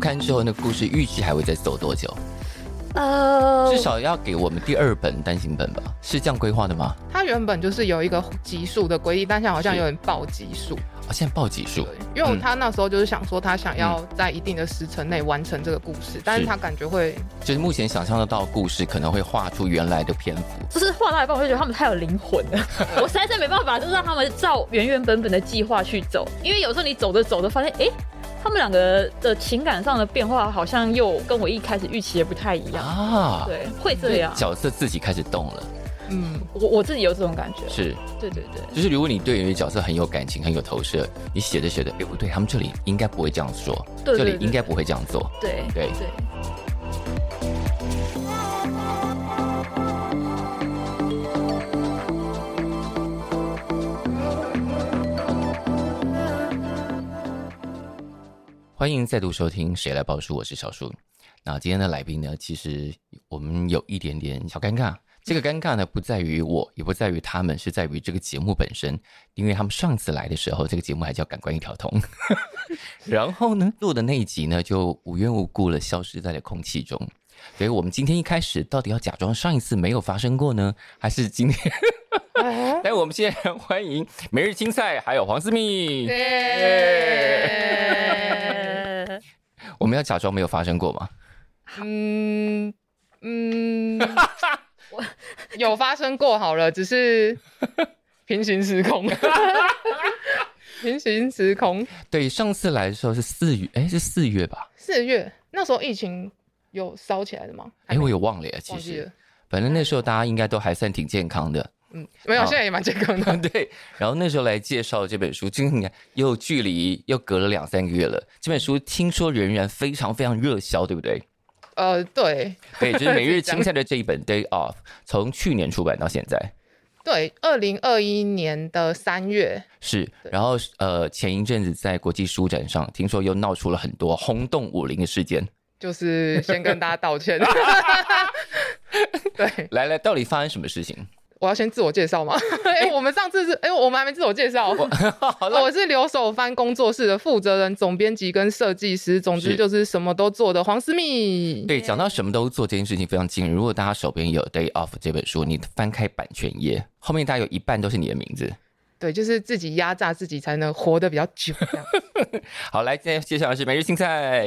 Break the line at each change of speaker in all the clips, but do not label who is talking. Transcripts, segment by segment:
刊之后，那个故事预计还会再走多久？
呃
至少要给我们第二本单行本吧？是这样规划的吗？
它原本就是有一个级数的规定，但现在好像有点爆级数。
哦，现在报几数
对？，因
嗯
为他那时候就是想说，他想要在一定的时辰内完成这个故事，但是他感觉会
就是目前想象得到的故事可能会画出原来的篇幅。
就是画到一半，我就觉得他们太有灵魂 了，我实在是没办法，就是让他们照原原本本的计划去走，因为有时候你走着走着发现，哎、他们两个的情感上的变化好像又跟我一开始预期的不太一样，
啊，
对，会这样，
角色自己开始动了，
嗯，
我我自己有这种感觉，
是，
对对对，
就是如果你对于角色很有感情、很有投射，你写着写着，哎，不对，他们这里应该不会这样说，
对
这
对
里
对
应该不会这样做，
对
对
对。
欢迎再度收听《谁来报数》，我是小树。那今天的来宾呢，其实我们有一点点小尴尬。这个尴尬呢，不在于我，也不在于他们，是在于这个节目本身。因为他们上次来的时候，这个节目还叫《感官一条通》，然后呢，录的那一集呢，就无缘无故了消失在了空气中。所以我们今天一开始到底要假装上一次没有发生过呢，还是今天？
啊
但我们现在欢迎每日青菜，还有黄思密。
耶，
呃
我们要假装没有发生过吗？
嗯嗯， 有发生过好了，只是平行时 空，平行时空，
对，上次来的时候是四月，哎，是四月吧？
四月那时候疫情有烧起来的吗？
哎，我也忘了耶。其
忘记了哎
实，，反正那时候大家应该都还算挺健康 的。
嗯，没有，
好
现在也蛮健康的。
对，然后那时候来介绍这本书，就你看，又距离又隔了两三个月了。这本书听说仍然非常非常热销，对不对？
呃，对
对，就是每日
是这样
青菜的这一本《Day Off》，从去年出版到现在
对，二零二一年的三月，
是。
对
然后呃，前一阵子在国际书展上，听说又闹出了很多轰动武林的事件。
就是先跟大家 道歉。对，
来来，到底发生什么事情？
我要先自我介绍吗？ 哎、我们上次是哎、我们还没自我介绍。我是留守番工作室的负责人、总编辑跟设计师，总之
是
就是什么都做的黄思密。
对，讲到什么都做这件事情非常惊人。如果大家手边有《Day Off》这本书，你翻开版权页，后面大概有一半都是你的名字。
对，就是自己压榨自己才能活得比较久。这样
好，来，接接下来是每日青菜，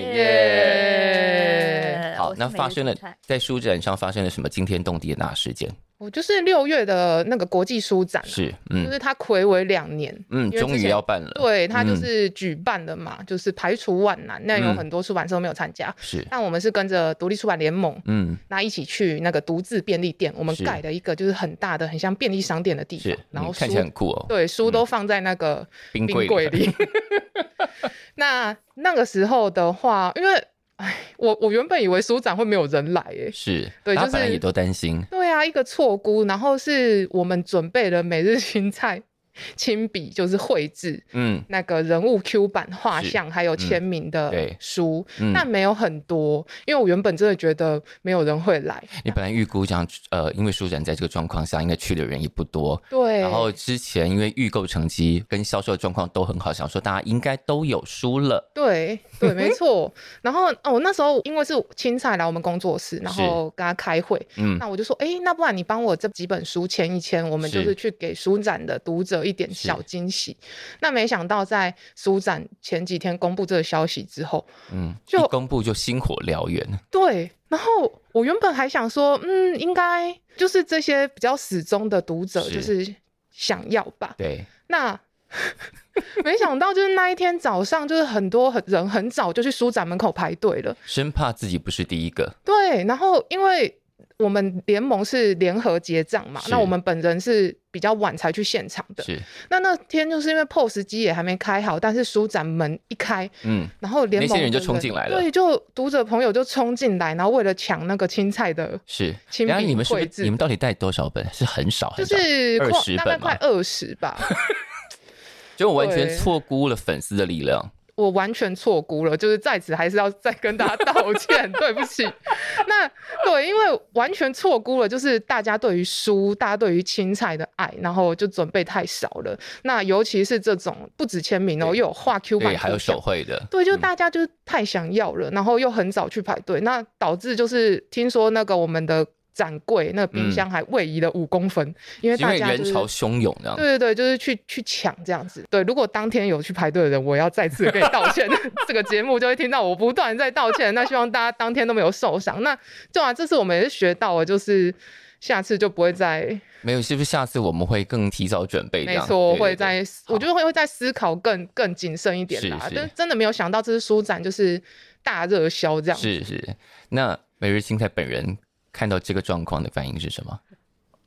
耶
好，那发生了
哎、
在书展上发生了什么惊天动地的大事件？
我就是六月的那个国际书展、啊，
是，
就
嗯
是他暌违两年，
嗯，
因为
终
之
于
前
要办了，
对他就
嗯
是举办的嘛，就是排除万难。那有
嗯
很多出版社没有参加，
是，
但我们是跟着独立出版联盟，
嗯，
那一起去那个独自便利店，我们
是
盖了一个就是很大的，很像便利商店的地方
是，，
然后
嗯
书
看起来很酷哦，
对书都放在那个
冰
冰
柜
柜里。 那那个时候的话，因为哎，我我原本以为书展会没有人来诶。
是，
对
大
就
家本来
是
也都担心，
对啊，一个错估，然后是我们准备了每日青菜 亲笔，就是绘制
嗯
那个人物 Q 版画
是嗯
像还有签名的
对
书，
嗯，
但没有很多，因为我原本真的觉得没有人会来。
你本来预估这样，呃，因为书展在这个状况下，应该去的人也不多，
对，
然后之前因为预购成绩跟销售状况都很好，想说大家应该都有书了，
对对，没错。然后哦，那时候因为是青菜来我们工作室，然后跟他开会，
嗯，
那我就说，哎，那不然你帮我这几本书签一签，我们就是是去给书展的读者一点小
是
惊喜。那没想到在书展前几天公布这个消息之后，
嗯，
就
一公布就星火燎原，
对，然后我原本还想说，嗯，应该就是这些比较死忠的读者，
是
就是想要吧。
对，
那 没想到就是那一天早上，就是很多很人很早就去书展门口排队了。
生怕自己不是第一个，
对，然后因为我们联盟是联合结账嘛，
是
那我们本人是比较晚才去现场的。
是，
那那天就是因为 POS 机也还没开好，但是书展门一开，
嗯，
然后联盟
那些人就
的
冲进来了
对，就读者朋友就冲进来，然后为了抢那个青菜的，
是。
亲
然后
笔
你们是不
绘
是
制
你们到底带多少本？是很少，
就
很少，
是快
20
大概
本吗
快二十吧。
就我完全
对
错估了粉丝的力量。
我完全错估了，就是在此还是要再跟大家道歉， 对不起。那对，因为完全错估了，就是大家对于蔬、大家对于青菜的爱，然后就准备太少了。那尤其是这种不止签名哦，
对
又有画 Q 版，
对，还有手绘的，
对，就
嗯
大家就是太想要了，然后又很早去排队，那导致就是听说那个我们的展柜那个冰箱还位移了五公分，因为
嗯因
大
为
家、就是、
人潮汹涌这样。
对对对，就是去去抢这样子。对，如果当天有去排队的人，我要再次跟你道歉。 这个节目就会听到我不断在道歉。那希望大家当天都没有受伤。那对啊，这次我们也是学到了，就是下次就不会再
没有，是不是下次我们会更提早准备？这
没
样
错，
对对
会
对
在
好
我觉得会会在思考更更谨慎一点啦。
是是
但真的没有想到这次书展就是大热销这样子。
是是。那每日青菜本人看到这个状况的反应是什么？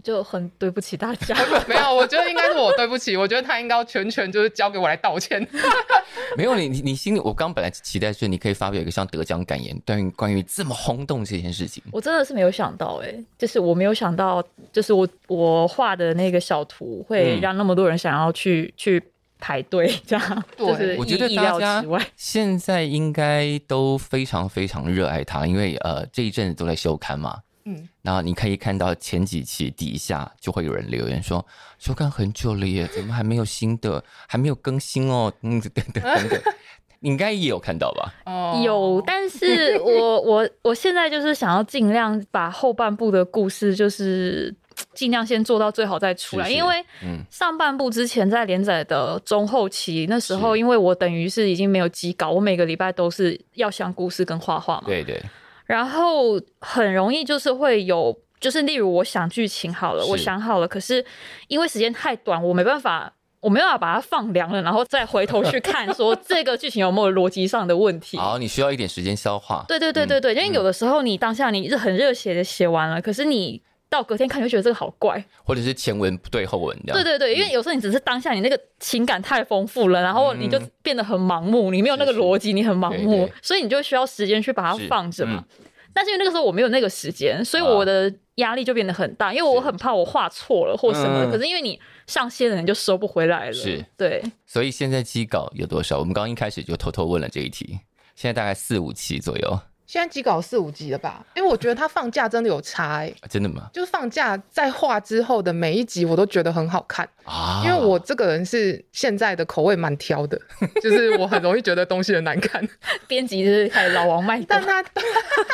就很对不起大 家。
没有，我觉得应该是我对不起，我觉得他应该要全权就是交给我来道歉。
没有你，你你心里，我刚本来期待是你可以发表一个像得奖感言，关于关于这么轰动这件事情。
我真的是没有想到、欸，就是我没有想到，就是我我画的那个小图会
嗯
让那么多人想要去、去排队，这样
对
就是
我觉得
意意
大
料
家
之外。
现在应该都非常非常热爱它，因为呃这一阵子都在休刊嘛，
嗯，
然后你可以看到前几期底下就会有人留言说休刊很久了耶，怎么还没有新的，还没有更新哦，嗯等等等等， 你应该也有看到吧？
哦
有，但是我我我现在就是想要尽量把后半部的故事，就是尽量先做到最好再出来，
是是
因为
嗯，
上半部之前在连载的中后期，那时候
是
因为我等于是已经没有机稿，我每个礼拜都是要想故事跟画画嘛，
对 对，
然后很容易就是会有，就是例如我想剧情好了，
是
我想好了，可是因为时间太短，我没办法。我没办法把它放凉了，然后再回头去看，说这个剧情有没有逻辑上的问题。
好，嗯你需要一点时间消化。
对对对对对，因为有的时候你当下你是很热血的写完了，可是你到隔天看就觉得这个好怪。
或者是前文不对后文这样。嗯
对对对，因为有时候你只是当下你那个情感太丰富了，然后你就
嗯
变得很盲目，你没有那个
是是
逻辑，你很盲目
对对，
所以你就需要时间去把它
是嗯
放着嘛。但是因为那个时候我没有那个时间，所以我的压力就变得很大，因为我
是
很怕我画错了或什么。
嗯
可是因为你上线了，你就收不回来了。
是，
对，
所以现在机稿有多少？我们刚刚一开始就偷偷问了这一题，现在大概四五期左右，啊
现在几稿四五集了吧？因为我觉得他放假真的有差哎、
啊真的吗？
就是放假在画之后的每一集，我都觉得很好看，
啊，
因为我这个人是现在的口味蛮挑的， 就是我很容易觉得东西很难 看。
编辑就是开始老王 卖狗
但。他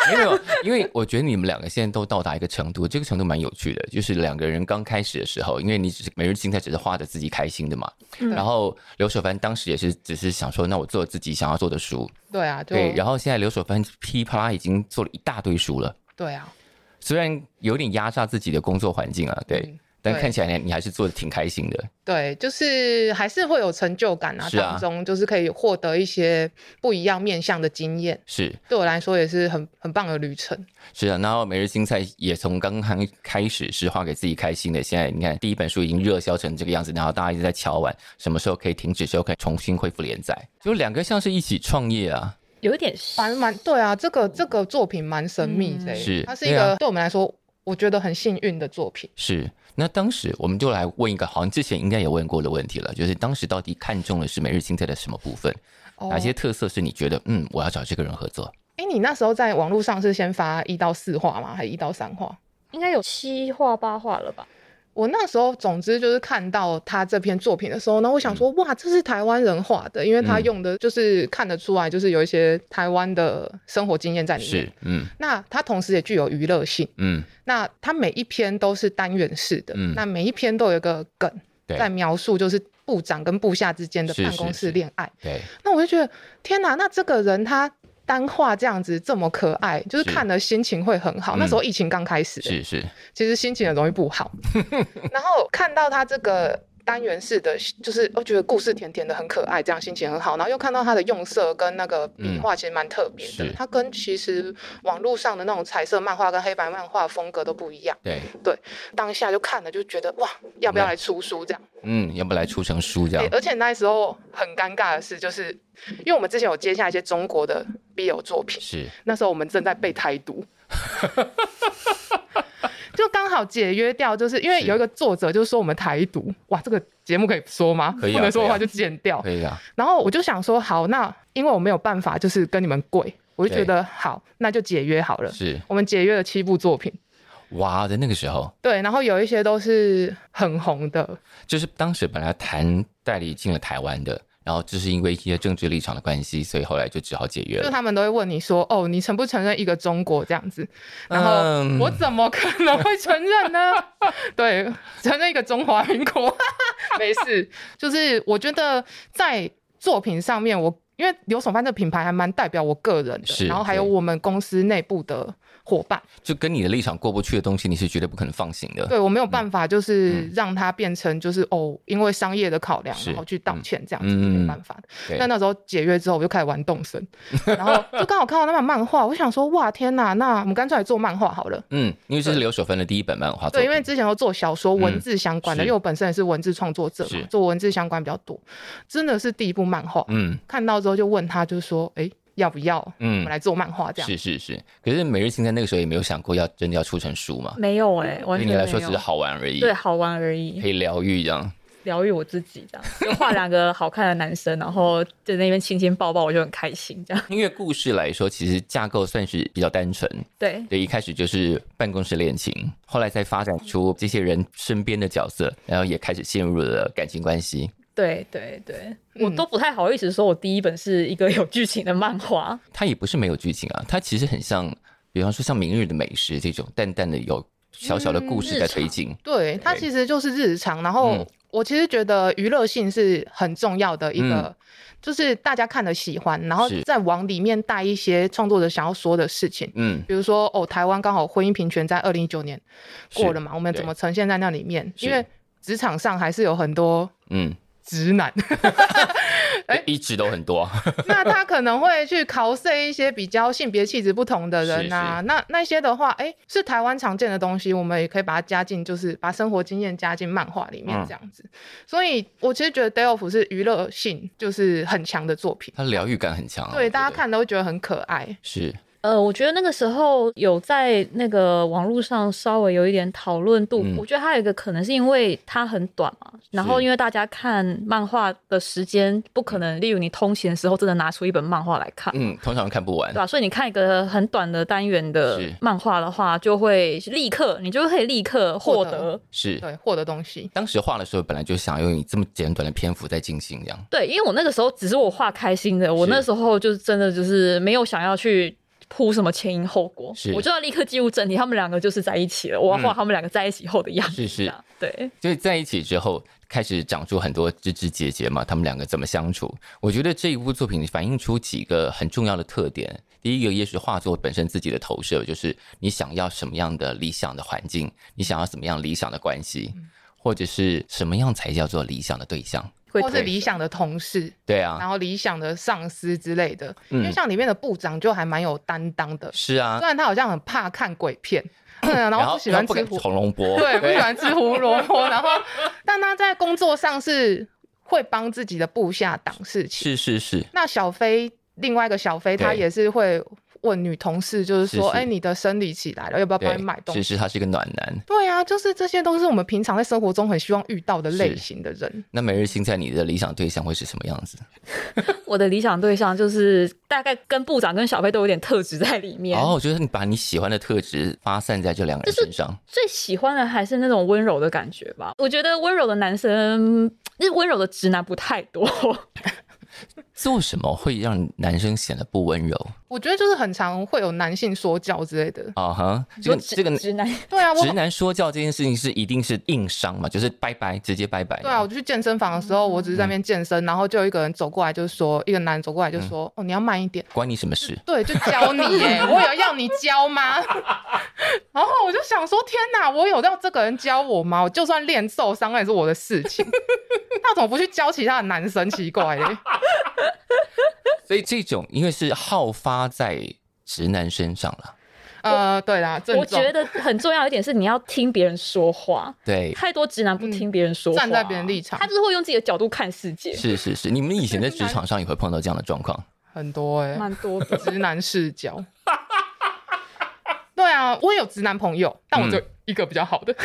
没有，啊因为我觉得你们两个现在都到达一个程度，这个程度蛮有趣的，就是两个人刚开始的时候，因为你只是每日青菜只是画着自己开心的嘛，
嗯
然后刘守藩当时也是只是想说，那我做自己想要做的书，
对啊，就
对，然后现在刘守藩噼里啪啦已经做了一大堆书了，
对啊，
虽然有点压榨自己的工作环境啊，对，
嗯
但
对
看起来你还是做的挺开心的，
对，就是还是会有成就感啊，
是啊
当中就是可以获得一些不一样面向的经验，
是。
对我来说也是很很棒的旅程。
是啊，然后每日青菜也从刚刚开始是画给自己开心的，现在你看第一本书已经热销成这个样子，然后大家一直在敲碗，什么时候可以停止，时候可以重新恢复连载，就两个像是一起创业啊，
有一点像
蛮蛮对啊，这个这个作品蛮神秘的欸、
嗯
是
它是一
对啊
个对我们来说，我觉得很幸运的作品。
是。那当时我们就来问一个，好像之前应该也问过的问题了，就是当时到底看中的是每日青菜的什么部分，
哦
哪些特色是你觉得嗯，我要找这个人合作？
哎、你那时候在网络上是先发一到四话吗？还是一到三话？
应该有七画八画了吧？
我那时候总之就是看到他这篇作品的时候，呢，我想说，哇，这是台湾人画的，因为他
嗯
用的就是看得出来，就是有一些台湾的生活经验在里面
是。，嗯
那它同时也具有娱乐性。
嗯，
那它每一篇都是单元式的，
嗯
那每一篇都有一个梗
对
在描述，就是部长跟部下之间的
是
办公
是是
室恋爱。
对，
那我就觉得天哪，那这个人他单画这样子这么可爱，就是
是
看了心情会很好。
嗯
那时候疫情刚开始、
是是，
其实心情很容易不 好。然后看到他这个单元式的，就是我觉得故事甜甜的，很可爱，这样心情很好。然后又看到他的用色跟那个笔画，其实蛮特别的。
嗯是
它跟其实网络上的那种彩色漫画跟黑白漫画风格都不一样。
对，
当下就看了就觉得哇，要不要来出书这样？
嗯，要不来出成书这
哎、
样？
而且那时候很尴尬的是，就是因为我们之前有接下一些中国的 BL 作品，
是
那时候我们正在被台独， 就刚好解约掉，就是因为
是
有一个作者就说我们台独，哇，这个节目可以说吗？
可以啊
不能说的
可
话
以啊
就剪掉。
可以啊，
然后我就想说，好，那因为我没有办法就是跟你们跪，我就
对
觉得好，那就解约好了。
是
我们解约了七部作品，
哇在那个时候，
对，然后有一些都是很红的，
就是当时本来谈代理进了台湾的，然后就是因为一些政治立场的关系，所以后来就只好解约
就
了。
他们都会问你说，哦，你承不承认一个中国这样子？然后
嗯
我怎么可能会承 认呢？对，承认一个中华民国， 没事。就是我觉得在作品上面我，因为刘守藩这个品牌还蛮代表我个人
是嗯
的，然后还有
对
我们公司内部的伙伴，
就跟你的立场过不去的东西，你是绝对不可能放行的。
对我没有办法就是
嗯
让它变成就是、哦，因为商业的考量，
是
然后去道歉这样子、
嗯嗯嗯
没办法的。
对
那那时候解约之后，我就开始玩动森，然后就刚好看到那本漫画，我想说哇天哪，那我们干脆来做漫画好了。
嗯，因为这是刘守芬的第一本漫画作
对，
品，嗯
因为之前都做小说、文字相关的，
是
因为我本身也是文字创作者
是
嘛，做文字相关比较多。真的是第一部漫画，
嗯
看到之后就问他，就说：“哎、要不要我
嗯
们，来做漫画？”这样、
是是是，可是每日青在那个时候也没有想过要真的要出成书嘛，
没有哎、完
对
全
你
没有
来说只是好玩而已，
对好玩而
可
已，
以疗愈这样。
疗愈我自己这样，就画两个好看的男生，然后在那边亲亲抱抱，我就很开心这样。
因为故事来说，其实架构算是比较单纯，
对，
对，一开始就是办公室恋情，后来再发展出这些人身边的角色，然后也开始陷入了感情关系。
对对对，
嗯
我都不太好意思说，我第一本是一个有剧情的漫画。
它也不是没有剧情啊，它其实很像，比方说像《明日的美食》这种淡淡的有小小的故
嗯
事在推进。
对它其实就是日常。然后
嗯
我其实觉得娱乐性是很重要的一个，
嗯
就是大家看了喜欢，然后
是
再往里面带一些创作者想要说的事情。
嗯，
比如说，哦，台湾刚好婚姻平权在二零一九年
是
过了嘛，我们
对
怎么呈现在那里面？
是
因为职场上还是有很多
嗯，
直男，哎
一直都很多。
那他可能会去考试一些比较性别气质不同的人啊，那那些的话，哎、是台湾常见的东西，我们也可以把它加进，就是把生活经验加进漫画里面
嗯
这样子。所以我其实觉得 Day Off 是娱乐性就是很强的作品，
它疗愈感很强、啊。
哦对
我觉
大家
得
看都会觉得很可爱。
是
呃，我觉得那个时候有在那个网络上稍微有一点讨论度，
嗯
我觉得还有一个可能是因为它很短嘛，然后因为大家看漫画的时间不可能，例如你通勤的时候真的拿出一本漫画来看，
嗯，通常看不完
对。吧、所以你看一个很短的单元的
是
漫画的话，就会立刻你就可以立刻获
获
得。
得
是，
对，获得东西。
当时画的时候，本来就想用你这么简短的篇幅在进行这样。
对，因为我那个时候只是我画开心的，我
是
那时候就是真的就是没有想要去铺什么前因后果
是，
我就要立刻进入正题，他们两个就是在一起了，我要画
嗯
他们两个在一起后的样子、
是是
这样对，
所以在一起之后，开始长出很多枝枝节节嘛，他们两个怎么相处？我觉得这一部作品反映出几个很重要的特点。第一个，也许画作本身自己的投射，就是你想要什么样的理想的环境，你想要什么样理想的关系，或者是什么样才叫做理想的对象。
会
或是
对
理想的同事，
对
然
啊，
后理想的上司之类的，因为
嗯，
像里面的部长就还蛮有担当的，
是啊
虽，然他好像很怕看鬼 片，嗯，然后不喜欢
不
吃
敢
火
红龙波，
对，不喜欢吃胡萝卜，然后但他在工作上是会帮自己的部下挡事
是
情。
是是，
那小飞另外一个小飞，
对
他也是会问女同事，就是说，
是是
哎、你的生理起来了，要不要帮
对
你买，东
是
西？
是，他是一个暖男。
对啊，就是这些都是我们平常在生活中很希望遇到的类
是
型的人。
那每日星在你的理想对象会是什么样子？
我的理想对象就是大概跟部长跟小飞都有点特质在里面。
哦，就是你把你喜欢的特质发散在这两个人身上，
最喜欢的还是那种温柔的感觉吧。我觉得温柔的男生，那温柔的直男不太多。
做什么会让男生显得不温柔？
我觉得就是很常会有男性说教之类的。
啊哈，这个
直
这个
直男
对啊，我
直男说教这件事情是一定是硬伤嘛，就是拜拜，直接拜拜。
对啊，我，就去健身房的时候，我只是
嗯
在那边健身，然后就有一个人走过来，就说一个男人走过来就说，哦，你要慢一点。
关你什么事？
对，就教你耶，我有要你教吗？然后我就想说，天哪，我有让这个人教我吗？我就算练受伤，那也是我的事情。 那怎么不去教其他的男生？奇怪嘞，
所以这种因为是好发在直男身上了，
呃，对啦，症
我
状
觉得很重要一点是你要听别人说话。
对，
太多直男不听别人说话、
站在别人立场
他就是会用自己的角度看世界，
是是是，你们以前在职场上也会碰到这样的状况，
很多哎、
蛮多的。
直男视角。对啊，那我也有直男朋友，但我就一个比较好的。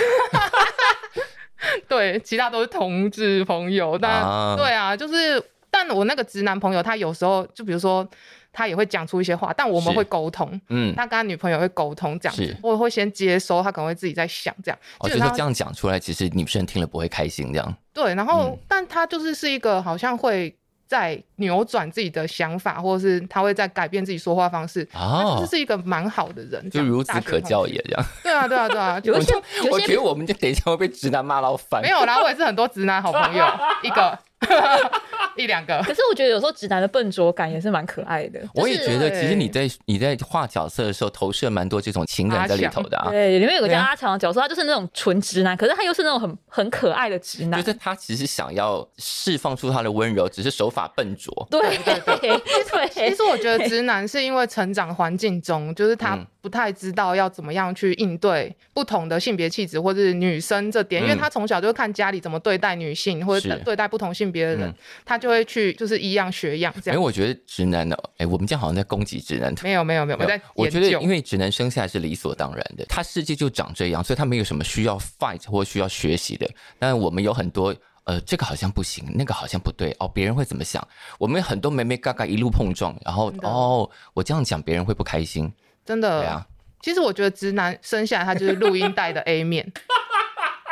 对，其他都是同志朋友。但、
啊
对啊，就是，但我那个直男朋友，他有时候就比如说，他也会讲出一些话，但我们
是
会沟通。
嗯，
他跟他女朋友会沟通这样
是
子，我会先接收，他可能会自己在想这样。
哦，
基
就是
本
说
上
这样讲出来，其实女生听了不会开心，这样
对，然后、
嗯
但他就是是一个好像会在扭转自己的想法，或者是他会在改变自己说话方式。他
哦
就，是一个蛮好的人，
就
这样
如此可教。也
大学同学
这样。
对啊，对啊，对啊，就
有一些有
我
一
觉得
些
我们就等一下会被直男骂到烦
没。有啦，我也是很多直男好朋友，一个 一两个。
可是我觉得有时候直男的笨拙感也是蛮可爱的。
我也
就是
觉得，
对
其实你在你在画角色的时候，投射蛮多这种情感在里头的啊。
对，里面有个
对
叫
啊
阿强的角色，他就是那种纯直男，可是他又是那种很很可爱的直
就
男。
是他其实想要释放出他的温柔，只是手法笨拙。
对对
其
对，
实我觉得直男是因为成长环境中，就是他
嗯
不太知道要怎么样去应对不同的性别气质或者是女生这点，因为
嗯
他从小就会看家里怎么对待女性或
是
者对待不同性别的人
嗯，
他就会去就是一样学样这
因为
样。
我觉得直男的，哎，我们这样好像在攻击直男。
没有没有没有，我在
我
研
觉得，
究
因。为直男生下来是理所当然的，他世界就长这样，所以他没有什么需要 fight 或需要学习的。但我们有很多，呃，这个好像不行，那个好像不对，哦，别人会怎么想？我们很多妹妹嘎嘎一路碰撞，然后
真的
哦，我这样讲别人会不开心，
真
对
的，
啊，
其实我觉得直男生下来他就是录音带的 A 面。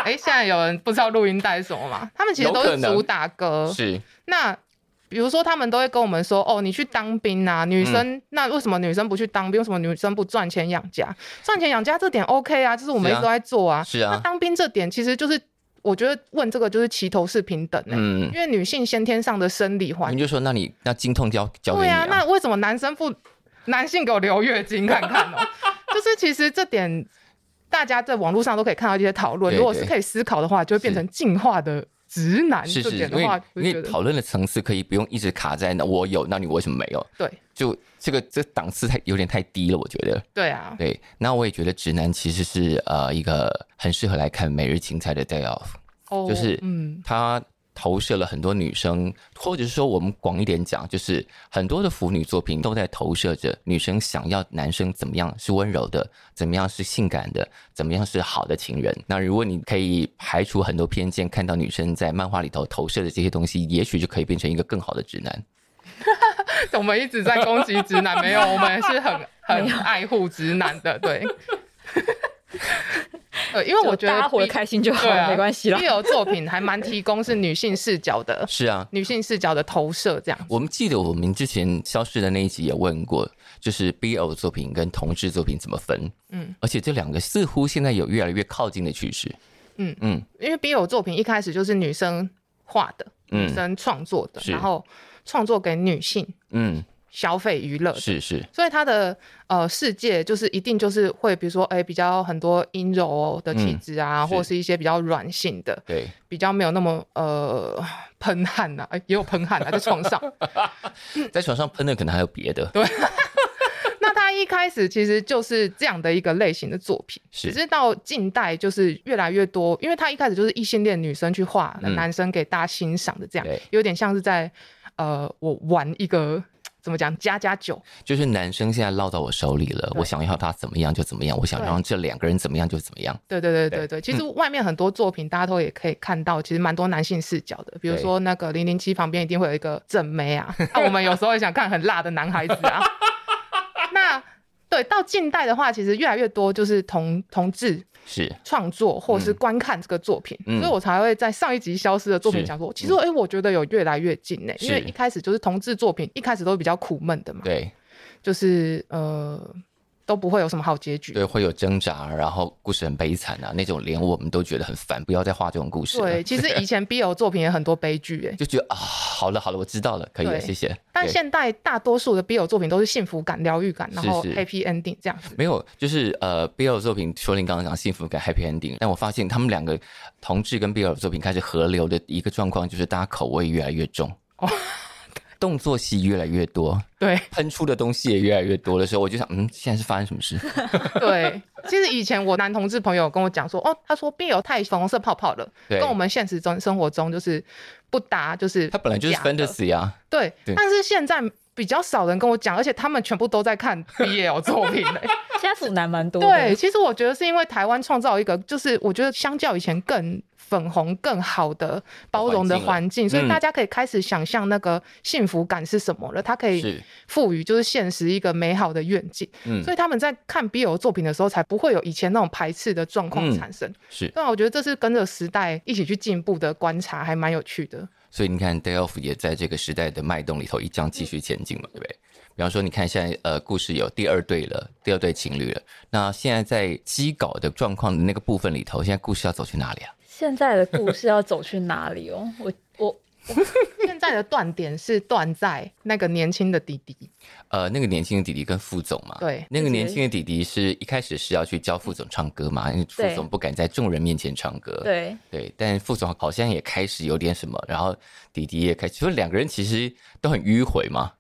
哎、现在有人不知道录音带是什么吗？他们其实都
有可
是
能
主打歌。
是
那比如说，他们都会跟我们说：“哦，你去当兵啊，女
嗯
生、那为什么女生不去当兵？为什么女生不赚钱养家？赚钱养家这点 OK 啊，就是我们
是
一
啊
直都在做啊。
是
那
啊，
当兵这点其实就是，我觉得问这个就是齐头式平等、欸
嗯，
因为女性先天上的生理环
你就说，那你那经痛交交给
对
你
啊，那为什么男生不男性给我留月经看看 哦？就是其实这点，大家在网络上都可以看到一些讨论。
对
如果是
对
可以思考的话，就会变成进化的直男。
是
这
是，
点
因
的话
为，
我
因
就
为
觉得
讨论的层次可以不用一直卡在那我有，那你为什么没有？
对
就这个这档次太有点太低了，我觉得。
对啊，
对，那我也觉得直男其实是呃一个很适合来看《每日芹菜》的 day off，
哦
就是
嗯，
它投射了很多女生，或者是说我们广一点讲，就是很多的腐女作品都在投射着女生想要男生怎么样是温柔的，怎么样是性感的，怎么样是好的情人。那如果你可以排除很多偏见，看到女生在漫画里头投射的这些东西，也许就可以变成一个更好的直男。
我们一直在攻击直男， 没有，我们是很很爱护直男的，对。 呃，因为我觉
大家
得
活得
B-
开心就好
对
了，
啊
没关系啦。
BL 作品还蛮提供是女性视角的，
是啊，
女性视角的投射这样子。
我们记得我们之前消失的那一集也问过，就是 BL 作品跟同志作品怎么分？嗯
嗯，
而且这两个似乎现在有越来越靠近的趋势。
嗯
嗯，
因为 BL 作品一开始就是女生画的，
嗯
女生创作的，
是
然后创作给女性
嗯，
消费娱乐的，
是是，
所以它的呃世界就是一定就是会，比如说哎、比较很多阴柔的气质啊，
嗯是
或是一些比较软性的，
对，
比较没有那么呃 喷汗呐、啊哎也有喷汗啊，在床 上。
在床上喷的可能还有别的，
那它一开始其实就是这样的一个类型的作品，
是
只是到近代就是越来越多，因为它一开始就是异性恋女生去画，
嗯
男生给大家欣赏的这样
对，
有点像是在呃，我玩一个怎么讲加加酒，
就是男生现在落到我手里了，
对
我想要他怎么样就怎么样，我想
对
让这两个人怎么样就怎么样。
对对对
对嗯
对对。其实外面很多作品大家都也可以看到，其实蛮多男性视角的，比如
对
说那个零零七旁边一定会有一个正妹 啊，啊，我们有时候也想看很辣的男孩子啊，那。对，到近代的话，其实越来越多就是同同志
是，
创作或是观看这个作品，
嗯
所以我才会在上一集消失的作品
是嗯
讲说，其实哎、诶我觉得有越来越近呢、
是
因为一开始就是同志作品，一开始都比较苦闷的嘛，
对
就是呃都不会有什么好结局，
对，会有挣扎，然后故事很悲惨啊，那种连我们都觉得很烦，不要再画这种故事了
对，。其实以前 BL 作品也很多悲剧哎、
就觉得啊，好了好了，我知道了，可以了，
对
谢谢。
但
对
现代大多数的 BL 作品都是幸福感、疗愈感，然后
是是
happy ending 这 样子。
没有，就是呃，BL 作品，说林刚刚讲幸福感 happy ending，但我发现他们两个同志跟 BL 作品开始合流的一个状况，就是大家口味越来越重，
哦
动作戏越来越多，
对
喷出的东西也越来越多的时候，我就想，嗯，现在是发生什么 事？
对，其实以前我男同志朋友跟我讲说，哦，他说 BL 太粉红色泡泡了，
对
跟，我们现实中生活中就是不搭，就是
它本来就是
假的
fantasy 啊，
对
对，
但是现在比较少人跟我讲，而且他们全部都在看 BL 作品 嘞、
现在腐男蛮多的。
对，，其实我觉得是因为台湾创造一个，就是我觉得相较以前更粉红、更好的包容的环境，所以
嗯
大家可以开始想象那个幸福感是什么了。它可以
是，
赋予就是现实一个美好的愿景，
嗯
所，以他们在看 BL 作品的时候，才不会有以前那种排斥的状况
嗯
产生。
是，
对啊，我觉得这是跟着时代一起去进步的观察，还蛮有趣的。
所以你看 Day Off 也在这个时代的脉动里头一将继续前进嘛，对不对？比方说，你看现在呃，故事有第二对了，第二对情侣了。那现在在机稿的状况的那个部分里头，现在故事要走去哪里啊？
现在的故事要走去哪里哦？我我
现在的断点是断在那个年轻的弟弟，
呃，那个年轻的弟弟跟副总嘛，
对
那个
自己
年轻的弟弟是一开始是要去教副总唱歌嘛，因为副
对
总不敢在众人面前唱歌，
对
对，但副总好像也开始有点什么，然后弟弟也开始，就两个人其实都很迂回嘛，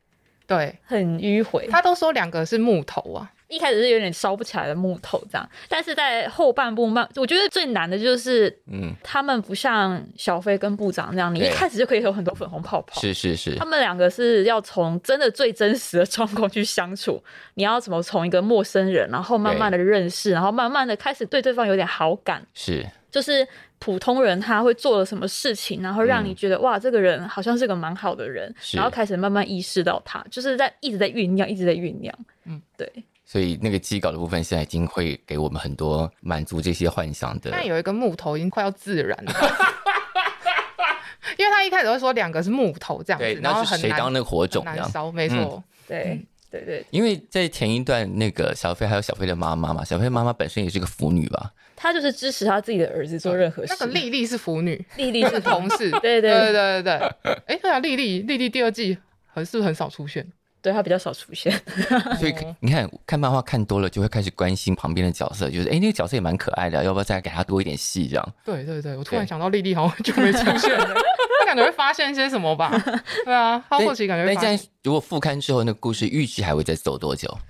对
很迂回，
他都说两个是木头啊，
一开始是有点烧不起来的木头这样，但是在后半部慢，我觉得最难的就是
嗯，
他们不像小飞跟部长那样，你一
对
开始就可以有很多粉红泡泡。
是是是
他，们两个是要从真的最真实的状况去相处，你要怎么从一个陌生人，然后慢慢的认识，然后慢慢的开始对对方有点好感，
是
就是普通人他会做了什么事情，然后让你觉得、哇，这个人好像是个蛮好的人，
嗯是
然后开始慢慢意识到他，就是在一直在酝酿，一直在酝酿。
嗯
嗯，对，
所以那个机稿的部分现在已经会给我们很多满足这些幻想的，
但有一个木头已经快要自燃了。因为他一开始会说两个是木头这样子
对，，
然后
那是
很
谁
难
当那个火
很
种嗯这
难
样？
烧，没错，
对，对对，
因为在前一段那个小飞还有小飞的妈妈嘛，小飞妈妈本身也是个腐女 吧，
他就是支持他自己的儿子做任何事。
那个丽丽是腐女，
丽丽是
是同事，
对对
对
对
对对对，哎，对啊，丽丽丽丽第二季很是不是很少出现？
对他比较少出现，
所以
哦
你看看漫画看多了，就会开始关心旁边的角色，就是哎、诶那个角色也蛮可爱的，要不要再给他多一点戏这样？
对对对，我突然
对
想到丽丽好像就没出现 了，她感觉会发现些什么吧？对啊，她后期感觉
那
会
这
发
样
现
如果复刊之后，那个故事预计还会再走多久？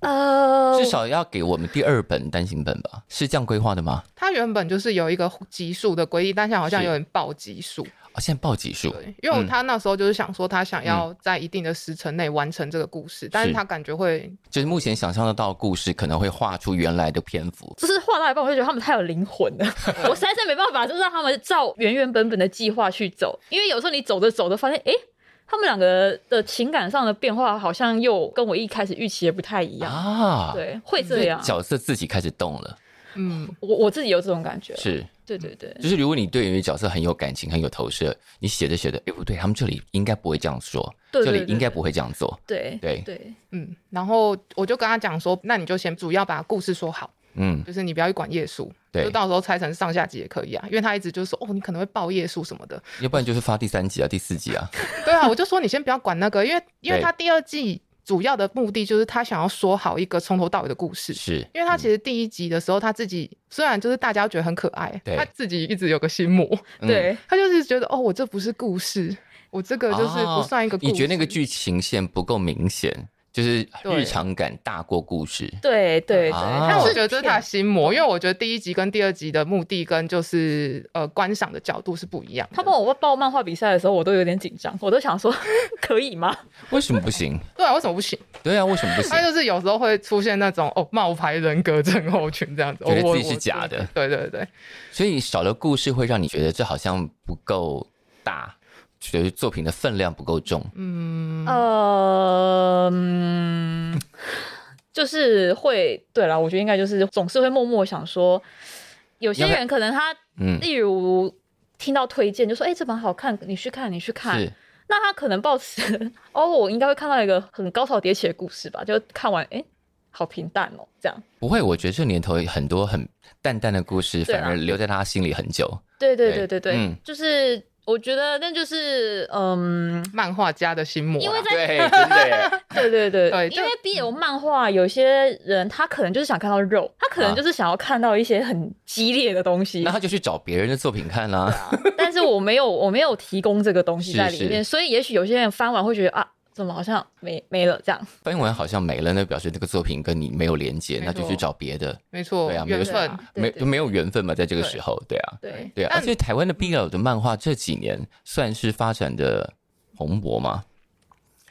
呃，
至少要给我们第二本单行本吧？是这样规划的吗？
它原本就是有一个级数的规定，但现在好像
是
有点爆级数。
哦，现在报几数？
对，因为
嗯
他那时候就是想说，他想要在一定的时辰内完成这个故事，但是他感觉会
就是目前想象得到的故事，可能会画出原来的篇幅。
就是画到一半，我就觉得他们太有灵魂 了，我实在是没办法，就让他们照原原本本的计划去走。因为有时候你走着走着，发现诶，他们两个的情感上的变化好像又跟我一开始预期的不太一样。
啊，
对，会
所
这
以
样。
角色自己开始动了，
嗯，
我我自己有这种感觉。
是，
对对对，
就是如果你对于角色很有感情、很有投射，你写着写着，哎、不对，他们这里应该不会这样说，
对对
这里应该不会这样做，
对
对
对
嗯，然后我就跟他讲说，那你就先主要把故事说好，
嗯，
就是你不要去管页数，
对
就到时候拆成上下集也可以啊，因为他一直就说哦，你可能会爆页数什么的，
要不然就是发第三集啊、第四 集啊，
对啊，我就说你先不要管那个，因 为因为
对
他第二季主要的目的就是他想要说好一个从头到尾的故事。
是，
因为他其实第一集的时候，他自己虽然就是大家觉得很可爱，
对
他自己一直有个心魔，
嗯
对，
他就是觉得哦，我这不是故事，我这个就是不算一个故事。
啊哦你觉得那个剧情线不够明显，就是日
对
常感大过故事。
对对对，
啊
但
它
我
是
觉得这是他的心魔，因为我觉得第一集跟第二集的目的跟就是呃观赏的角度是不一样的。
他帮我报漫画比赛的时候，我都有点紧张，我都想说 可以吗？
为什么不行？
对啊，为什么不行？
对啊，为什么不行
他？就是有时候会出现那种哦冒牌人格症候群这样子，
觉得
哦我
自己是
我
假的
对对对，
所以少了故事会让你觉得这好像不够大，觉得作品的分量不够重。嗯
嗯
呃，嗯就是会，对啦，我觉得应该就是总是会默默想说，有些
要不要
人可能他，
嗯，
例如听到推荐就说，哎、这本好看，你去看，你去看
是。
那他可能抱持， 哦，我应该会看到一个很高潮迭起的故事吧，就看完，哎、好平淡哦，这样。
不会。我觉得这年头很多很淡淡的故事，
对啊
反而留在他心里很久。
对对
对
对对对，
嗯
就是我觉得那就是，嗯，
漫画家的心魔啊，
因为在
对，真的耶。
对 对对，
对
因
就
为 BL 漫画有些人他可能就是想看到肉，他可能就是想要看到一些很激烈的东西，
那他就去找别人的作品看啦、
但是我没有我没有提供这个东西在里面，
是
所以也许有些人翻完会觉得啊，怎么好像没没了这样？
翻译完好像没了，那表示这个作品跟你没有连接，
没
那
错
就去找别的。
没错，
对啊没有
缘
错
分
啊对
没
对
就没有缘分嘛，在这个
对
时候，对啊，
对
对啊。
但
而且台湾的 BL 的漫画这几年算是发展的蓬勃嘛，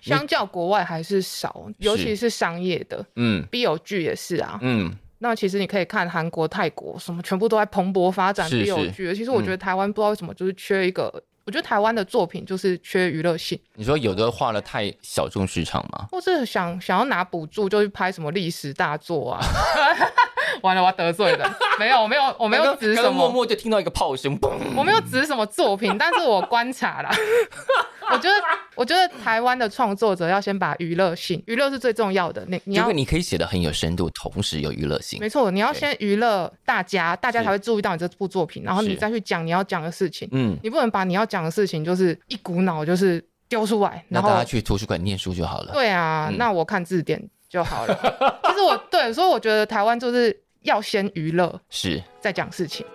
相较国外还是少，尤其是商业的
嗯
BL 剧也是啊。
嗯，
那其实你可以看韩国、泰国什么，全部都在蓬勃发展
是
BL
是嗯
剧。其实我觉得台湾不知道为什么就是缺一个，我觉得台湾的作品就是缺娱乐性，
你说有的画了太小众市场吗？
或是想想要拿补助就去拍什么历史大作啊。 完了，我要得罪人。没有，我没有，我没有
刚刚
指
刚
什
刚默
么，
默就听到一个炮声，嘣！
我没有指什么作品，但是我观察啦。 我觉得，我觉得台湾的创作者要先把娱乐性，娱乐是最重要的。你你
这
要
个你可以写的很有深度，同时有娱乐性
没。错，你要
对
先娱乐大家，大家
是
才会注意到你这部作品，然后你
是
再去讲你要讲的事情。
嗯，
你不能把你要讲的事情就是一股脑就是丢出来，
那
然
大家
后
去图书馆念书就好了。
对啊，
嗯
那我看字典就好了。 其实我对，所以我觉得台湾就是要先娱乐
是，
再讲事情。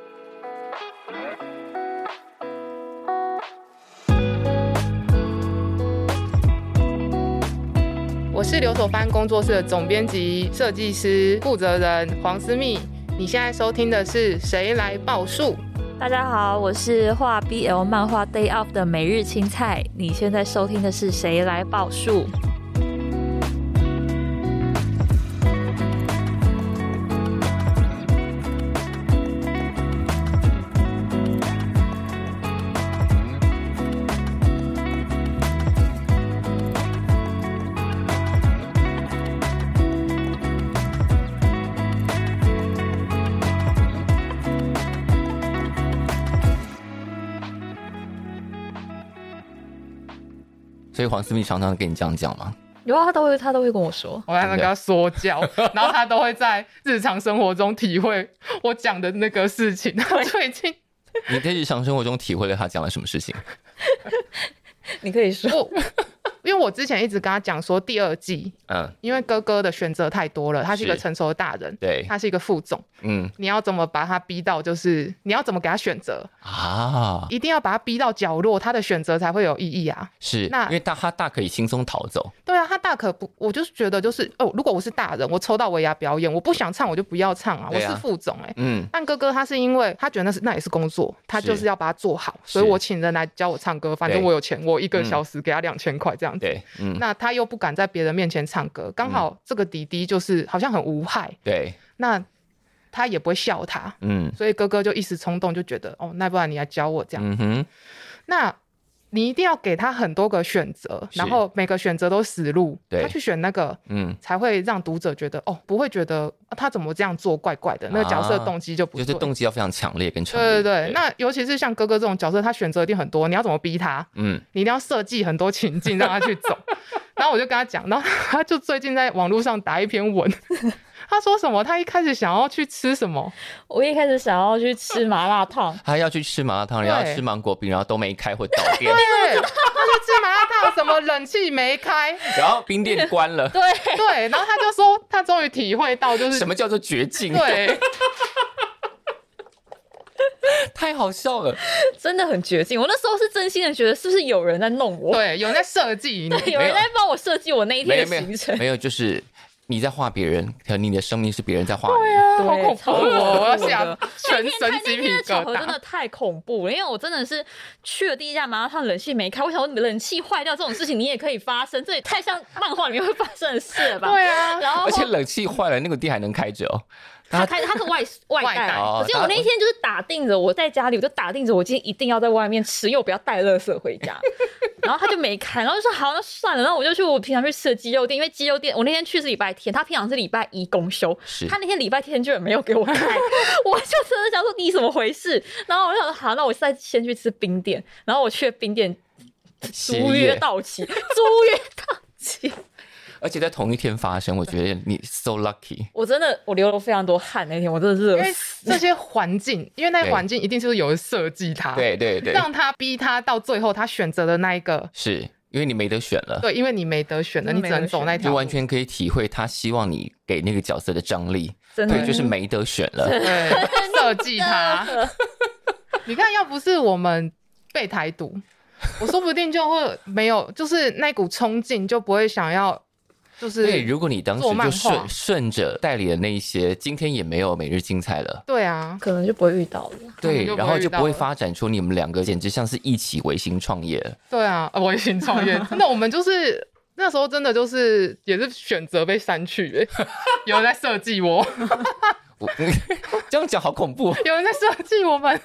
我是刘所帆工作室的总编辑、设计师、负责人黄思密。你现在收听的是《谁来报数》。
大家好，我是画 BL 漫画 Day Off 的每日青菜。你现在收听的是《谁来报数》。
所以黄思密常常跟你这样讲 嘛。
有啊，他都会，他都会跟我说。
我还能跟他说教，然后他都会在日常生活中体会我讲的那个事情。他就已经，
你在日常生活中体会了他讲了什么事情？
你可以说，
我因为我之前一直跟他讲说第二季，
嗯，
因为哥哥的选择太多了，他是一个
是
成熟的大人，
对，
他是一个副总，
嗯
你要怎么把他逼到，就是你要怎么给他选择，
啊，
一定要把他逼到角落，他的选择才会有意义啊。
是
那
因为大他大可以轻松逃走，
对啊，他大可不，我就是觉得就是哦，如果我是大人，我抽到尾牙表演，我不想唱我就不要唱啊，我
对啊
是副总哎、
嗯，
但哥哥他是因为他觉得那是那也是工作，他就是要把它做好，所以我请人来教我唱歌，反正我有钱，我一个小时给他两千块这样
嗯
子。
对，嗯，
那他又不敢在别人面前唱歌，刚好这个弟弟就是好像很无害，
对，
那他也不会笑他，
嗯
所以哥哥就一时冲动就觉得哦，那不然你来教我这样。
嗯哼，
那你一定要给他很多个选择，
是
然后每个选择都死路，
对
他去选那个
嗯，
才会让读者觉得哦，不会觉得、啊他怎么这样做怪怪的，那个角色
啊
动机就不
就
对。
是动机要非常强烈跟强
对
烈。
对对，那尤其是像哥哥这种角色，他选择一定很多，你要怎么逼他？
嗯，
你一定要设计很多情境让他 去走。然后我就跟他讲，然后他就最近在网络上打一 篇文，他说什么？他一开始想要去吃什么？
我一开始想要去吃麻辣烫，
他要去吃麻辣烫，然后
对
吃芒果冰，然后都没开或倒店，
对，他去吃麻辣烫，什么冷气没开？
然后冰店关了，
对，
对，然后他就说他终于体会到就是
什么叫做绝境？
对，
太好笑了。
真的很绝境。我那时候是真心的觉得，是不是有人在弄我？
对，有人在设计你。
有人在帮我设计我那一
没有
天的
没有
行 程。
没有，就是你在画别人，可你的生命是别人在画你。
好
对啊
恐怖
超恐怖
哦！我要
的
想全
那
身鸡
天
皮
的巧
疙
合真的
瘩。
太恐怖了，因为我真的是去了第一家麻辣烫，冷气没开，我想说冷气坏掉这种事情你也可以发生，这也太像漫画里面会发生的事了吧？
对啊，
然后
而且冷气坏了，那个店还能开着哦。
他开他是外外
外
带
带，
哦
可是我那一天就是打定着，我在家里我就打定着，我今天一定要在外面吃，因为我不要带垃圾回家。然后他就没开，然后就说好，那算了。然后我就去我平常去吃的鸡肉店，因为鸡肉店我那天去是礼拜天，他平常是礼拜一公休，
是
他那天礼拜天居然没有给 我开，我就真的想说你怎么回事？然后我就想说好，那我再先去吃冰店，然后我去了冰店
歇
租约
业，
到 期，租约到期，
而且在同一天发生，我觉得你 so lucky。
我真的我流了非常多汗那天，我真的热
因为
死。
这些环境，因为那些
对
环境一定是有人设计它，，
啊
对对对，
让他逼他到最后他选择的那一个，
是因为你没得选了。
对，因为你没得选了，
真的
你只能走那
就
条
完
路。
全可以体会他希望你给那个角色的张力，
真的
对，就是没得选了，
对，设计他。你看，要不是我们被台独，我说不定就会没有，就是那股冲劲就不会想要，就是
对。如果你当时
做漫
就
画
顺顺着代理的那一些，今天也没有每日精彩了，
对啊，
可能就不会遇到了。
对，
就不会
然后就
遇到
不会
了
发展出你们两个简直像是一起维新创业了。
对啊，呃我也新创业，真的，我们就是那时候真的就是也是选择被删去、欸， 有人在设计我，
我这样讲好恐怖哦、
有人在设计我们。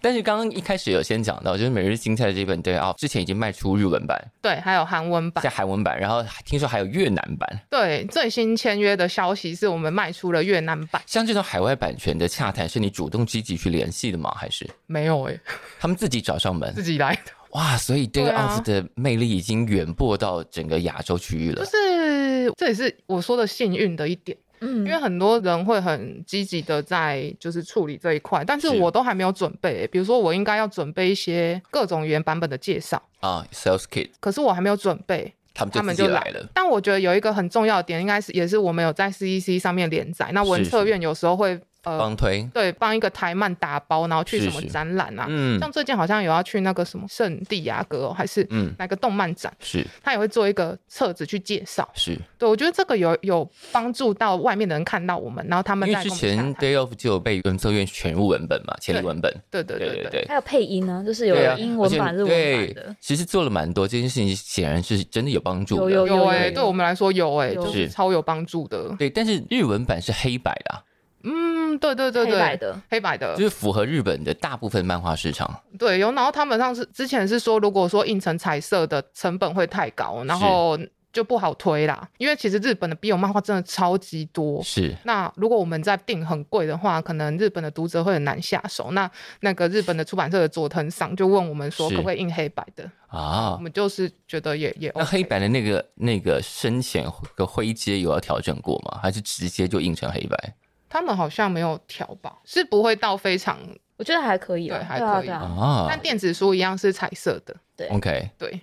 但是刚刚一开始有先讲到，就是《每日金菜》这本对啊，之前已经卖出日文版，
对，还有韩文版
在。韩文版，然后听说还有越南版。
对，最新签约的消息是我们卖出了越南版，
像这种海外版权的洽谈，是你主动积极去联系的吗？还是
没有哎、
他们自己找上
自
门？
己来的。
哇，所以这个
对啊
off 的魅力已经远播到整个亚洲区域了
就。是这也是我说的幸运的一点，
嗯
因为很多人会很积极的在就是处理这一块，但是
是
我都还没有准备、欸比如说我应该要准备一些各种语言版本的介绍，
啊，Sales Kit
可是我还没有准备。
他们就
他们
自己
就
来了。
但我觉得有一个很重要的点，应该是也是我们有在 CEC 上面连载，那文
是
策
是
院有时候会呃
帮推，
对帮一个台漫打包，然后去
是
什么
是
展览啊，
嗯
像最近好像有要去那个什么圣地亚哥、哦、还是
嗯，
哪个动漫展，
是
他也会做一个册子去介绍。
是，
对，我觉得这个有有帮助到外面的人看到我们，然后他
因
们
为
再
之
跟我们
前
打探
Day Off 就有被文策院全入文本嘛，潜力
对
文本，
对对
对
对
对
对，
对。
还有配音呢，就是
对啊
有英文版、
而且
日文版
对
的，，
其实做了蛮多，这件事情显然是真的有帮助的。
有有
有哎、
有
对我们来说有哎、
有
就是
是
超有帮助的。
对，但是日文版是黑白的、啊，
嗯，对对对
黑白
对，
的。
黑白的
就，是符合日本的大部分漫画市场。
对有。然后他们上次之前是说，如果说印成彩色的成本会太高，然后就不好推啦，因为其实日本的 B 友漫画真的超级多。
是
那如果我们再定很贵的话，可能日本的读者会很难下手。那那个日本的出版社的佐藤赏就问我们说，
是
可不可以印黑白的？我
啊，
们就是觉得也也 OK、
那黑白的那个那个深浅和灰阶有要调整过吗？还是直接就印成黑白？
他们好像没有调吧，是不会到非常，
我觉得还可以啦，
对还
对啊
可以
对啊，
啊
但电子书一样是彩色的。
，OK。
对，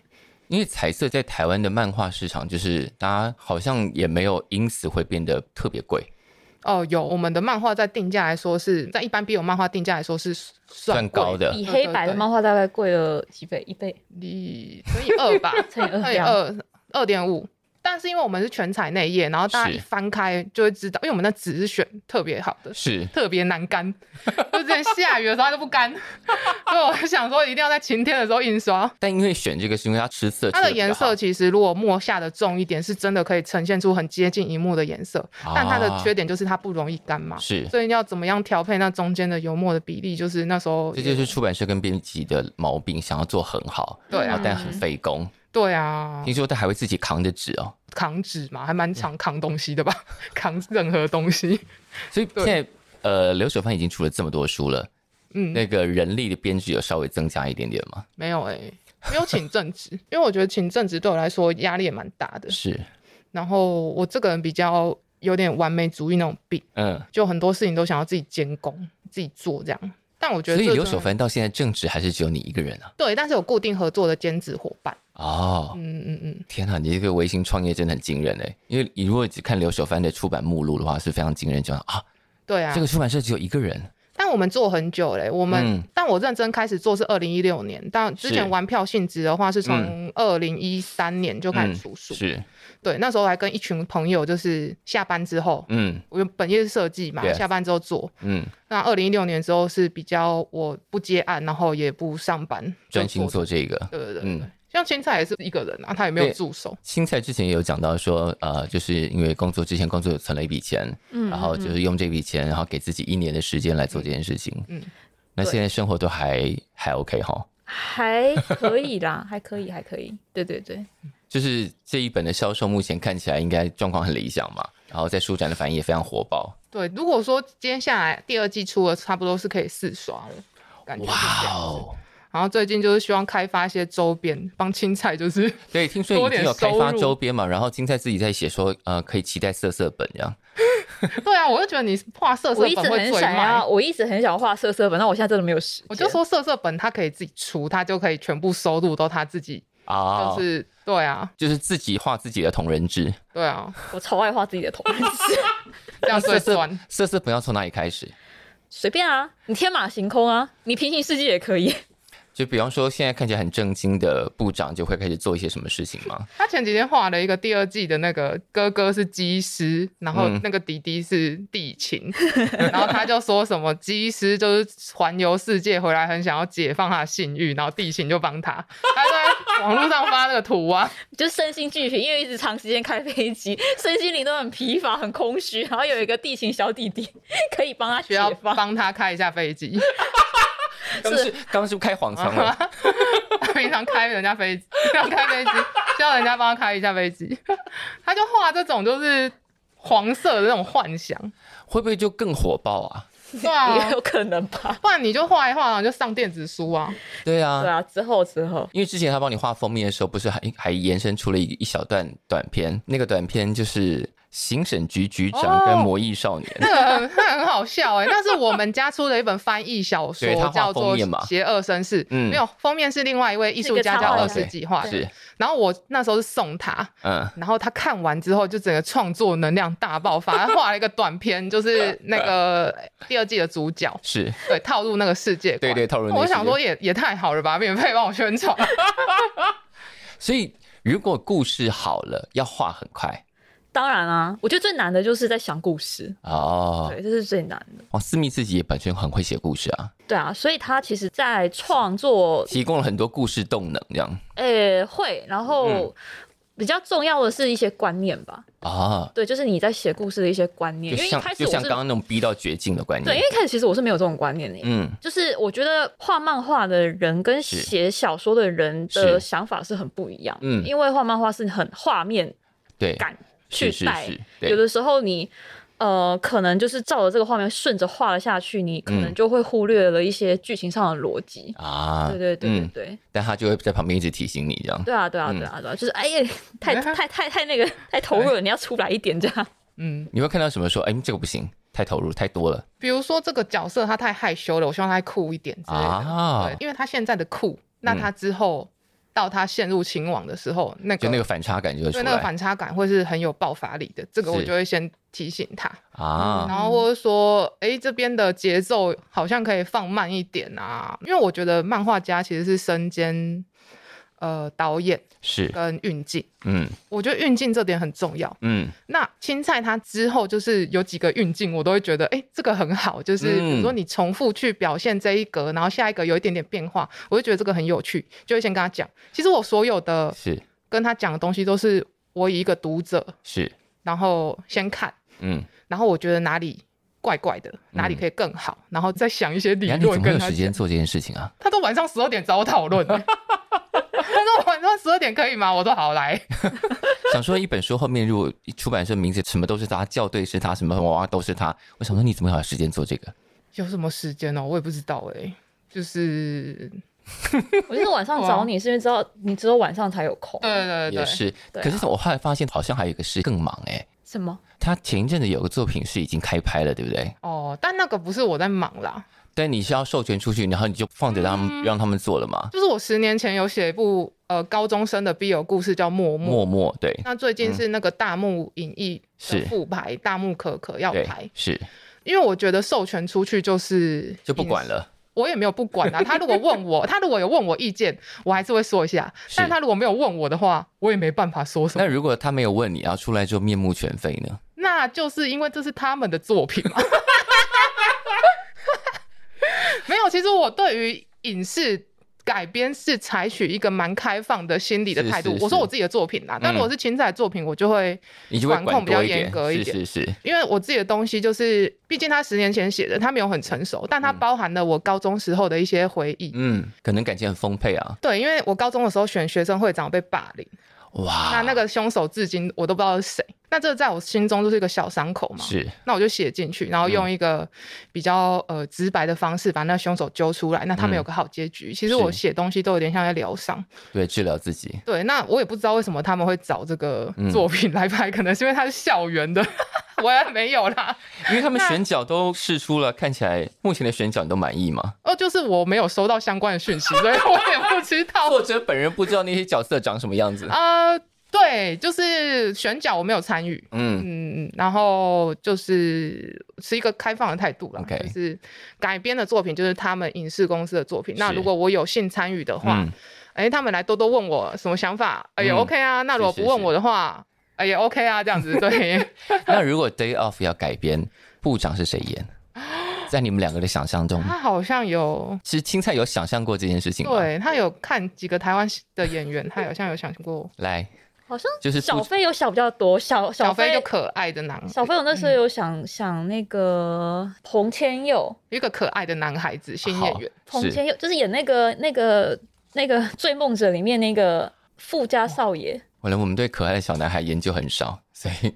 因为彩色在台湾的漫画市场，就是大家好像也没有因此会变得特别贵，
哦，有我们的漫画在定价来说是在一般比我漫画定价来说是算
算高
贵，
的。
比黑白的漫画大概贵了几倍，一倍
你乘以二吧，
乘 以二
乘
这
以
样。
二二点五。但是因为我们是全彩内页，然后大家
是
一翻开就会知道，因为我们那纸是选特别好的，
是
特别难干，就之前下雨的时候它都不干， 所以我想说一定要在晴天的时候印刷。
但因为选这个是因为它吃色，
它的颜色其实如果墨下的重一点，是真的可以呈现出很接近荧幕的颜色，
哦
但它的缺
点
点就是它不容易干嘛。
啊是，
所以要怎么样调配那中间的油墨的比例，就是那时候
这就是出版社跟编辑的毛病，想要做很好，
对
然后
啊，
但很费工。
对啊
听，说他还会自己扛着纸哦，
扛纸嘛，还蛮常扛东西的吧，
嗯
扛任何东西。
所以现在呃，刘守藩已经出了这么多书了，
嗯，
那个人力的编制有稍微增加一点点吗？
没有哎、没有请正职， 因为我觉得请正职对我来说压力也蛮大的。
是，
然后我这个人比较有点完美主义那种病，
嗯，
就很多事情都想要自己监工、自己做这样。但我觉
所
得
以
这
刘
真
守
的
藩到现在正职还是只有你一个人啊？
对，但是有固定合作的兼职伙伴。
哦，
嗯嗯嗯，
天哪，你这个微型创业真的很惊人哎！因为你如果只看刘守藩的出版目录的话，是非常惊人，就啊，
对啊。
这个出版社只有一个人，
但我们做很久嘞，我们、
嗯
但我认真开始做是二零一六年，但之前
是嗯
玩票性质的话是从二零一三年就开始出书。
是，
对，那时候还跟一群朋友，就是下班之后，
嗯
我有本业是设计嘛
Yes
下班之后做。
嗯，
那二零一六年之后是比较我不接案，然后也不上班，
专心
就
做这个。
对对对对。
嗯
像青菜也是一个人啊，他也没有
对
助手，
青菜之前也有讲到说，呃，就是因为工作之前工作有存了一笔钱，
嗯，
然后就是用这笔钱，然后给自己一年的时间来做这件事情。嗯
嗯，
那
对
现在生活都还还 OK 哈，
还可以啦，还可以，还可以。对对对，
就是这一本的销售目前看起来应该状况很理想嘛，然后在书展的反应也非常火爆。
对。如果说接下来第二季出了，差不多是可以四刷了，感觉是
哇
这样子。
哦！
然后最近就是希望开发一些周边，帮青菜就是
对，听说
多
已经
点
有开
收
发
入
周边嘛，然后金菜自己在写说，呃，可以期待色色本这样。
对啊，我就觉得你画色色
我一
本
直
会
很
最
想
卖
要，。我一直很想画色色本，但我现在真的没有时间。
我就，说色色本他可以自己出，他就可以全部收入都他自己，
啊，
就是、对啊，
就是自己画自己的同人志。
对 啊，
我超爱画自己的头发，
这样
色
最
色
赚。
色色本要从哪里开始？
随便啊，你天马行空啊，你平行世界也可以。
就比方说，现在看起来很正经的部长就会开始做一些什么事情吗？
他前几天画了一个第二季的那个哥哥是技师，然后
嗯
那个弟弟是地勤， 然后他就说什么技师就是环游世界回来很想要解放他的性欲，然后地勤就帮他，他在网络上发那个图啊，
就是身心俱疲，因为一直长时间开飞机，身心灵都很疲乏、很空虚，然后有一个地形小弟弟可以帮他
需
解
要
放。
帮他开一下飞机，
刚是刚是不是开黄腔
啊
了，
平常开人家飞机，平常开飞机需要人家帮他开一下飞机， 他就画这种就是黄色的那种幻想，
会不会就更火爆啊？
对啊
也，有可能吧。
不然你就画一画，然后就上电子书啊，
对啊，
对啊，之后之后，
因为之前他帮你画封面的时候，不是还还延伸出了一一小段短片，那个短片就是行省局局长跟魔异少年。
那个很那很好笑哎、那是我们家出的一本翻译小说
对他，画
叫做
封面嘛
《邪恶绅士》，
嗯
没有封面是另外一位艺
是一
术家
个
叫
插画
二
家
十几画的，
是，
然后我那时候是送他，
嗯，
然后他看完之后，就整个创作能量大爆发，他画了一个短片，就是那个第二季的主角，
是
对，套入那个世界观。
对对，套路。
我想说，也也太好了吧，免费帮我宣传。
所以如果故事好了，要画很快
当然啊，我觉得最难的就是在想故事，
哦。
对，这是最难的。
哇，私密自己也本身很会写故事啊，
对啊，所以他其实，在创作，
提供了很多故事动能，这样
呃、会，然后比较重要的是一些观念吧。
啊，
对，就是你在写故事的一些观念，
就
因为一
像
开始
就
我
像
是
刚刚那种逼到绝境的观
对，因
念
为。一开始其实我是没有这种观念的。
嗯，
就是我觉得画漫画的人跟
是
写小说的人
是
的想法是很不一样，
嗯
因为画漫画是很画面
对，
感去
是是
带，
是，
有
对，
的时候你呃可能就是照着这个画面顺着画了下去，你可能
嗯
就会忽略了一些剧情上的逻辑。
啊，
对对对对
嗯，
对，
但他就会在旁边一直提醒你这样。
对啊对啊
嗯
对啊对啊，就是哎呀，太太太太那个太投
哎
入了，你要出来一点这 样。
嗯，
你会看到什么说，哎，这个不行，太投入，太多了
比如说这个角色他太害羞了，我希望他酷一点之类的。
啊嗯
对，，因为他现在的酷，那他之后、到他陷入情网的时候，那个
就那个反差感就会出
对那个
来
反差感会是很有爆发力的。这个我
是
就会先提醒他。
啊
嗯
然后或者说，哎、这边的节奏好像可以放慢一点啊，因为我觉得漫画家其实是身兼呃导演
是，
跟运镜，
嗯
我觉得运镜这点很重要。
嗯
那青菜它之后就是有几个运镜，我都会觉得，哎、这个很好，就是
嗯
比如说你重复去表现这一格，然后下一格有一点点变化，我就觉得这个很有趣，就会先跟他讲。其实我所有的
是
跟他讲的东西都是我以一个读者，
是，
然后先看。
嗯，
然后我觉得哪里怪怪的，哪里可以更好，然后再想一些理
然嗯后你
论
怎么会
跟
有
他
时
讲。
间做这件事情啊？
他都晚上十二点找我讨论、欸他说晚上十二点可以吗？我说好来。
想说一本书后面如果一出版社名字什么都是他，校对是他，什么娃娃都是他，我想说你怎么会有时间做这个？
有什么时间哦？我也不知道哎、就是
我就是晚上
哇
找你，是因为知道你只有晚上才有空。
对对
也
对
是，
对啊
可是我后来发现好像还有一个是更忙哎、
什么？
他前一阵子有个作品是已经开拍了，对不对？
哦，但那个不是我在忙啦，
但你是要授权出去，然后你就放着让他
嗯
们、让他们做了嘛？
就是我十年前有写一部呃高中生的 BL 故事叫《默默》，
默默对
那最近是那个大木影艺
是
的复排，大木可可要
嗯对
排，
是
因为我觉得授权出去就是
就不管了，
我也没有不管啊。他如果问我，他如果有问我意见，我还是会说一下。
是
但他如果没有问我的话，我也没办法说什
那
么。
如果他没有问你，然后出来之后面目全非呢？
那就是因为这是他们的作品嘛。 没有，其实我对于影视。改编是采取一个蛮开放的心理的态度。
是是是嗯
我说我自己的作品啦，但如果是青菜的作品，我就会，
你就会
管
管
控比较
多一
严格一点
是是是，
因为我自己的东西就是，毕竟他十年前写的，他没有很成熟，但他包含了我高中时候的一些回忆。
嗯，可能感情很丰沛啊，
对，因为我高中的时候选学生会长被霸凌，
哇，
那那个凶手至今我都不知道是谁。那这在我心中就是一个小伤口嘛。
是
那我就写进去，然后
嗯
用一个比较呃直白的方式把那凶手揪出来，那他们
嗯
有个好结局。其实
是
我写东西都有点像在疗伤，
对治疗自己，
对。那我也不知道为什么他们会找这个
嗯
作品来拍，可能是因为它是校园的， 我也没有啦。
因为他们选角都试出了，看起来目前的选角你都满意吗？
哦，就是我没有收到相关的讯息，所以我也不知 道。
作者本人不知道那些角色长什么样子，
啊、对，就是选角我没有参与，
嗯，
嗯，然后就是是一个开放的态度啦
OK
就是改编的作品就是他们影视公司的作品。那
是
如果我有幸参与的话，
嗯
哎、他们来多多问我什么想法，哎、也
嗯
OK 啊。那如果
是
不
是
问我的话，哎、也 OK 啊，这样子对。
那如果 Day Off 要改编，部长是谁演？在你们两个的想象中，
他好 像有，
其实青菜有想象过这件事情吗？，
对他有看几个台湾的演员，他好像有想过
来，
好像
就是
小
不
飞有想比较多，小
小
飞
飞就可嗯爱的男，
小飞，我那时候有想、想那个彭千佑，
一个可爱的男孩子新演员，
好
彭
是
千佑就是演那个那个那个《追梦者》里面那个富家少爷，
可能我们对可爱的小男孩研究很少，所 以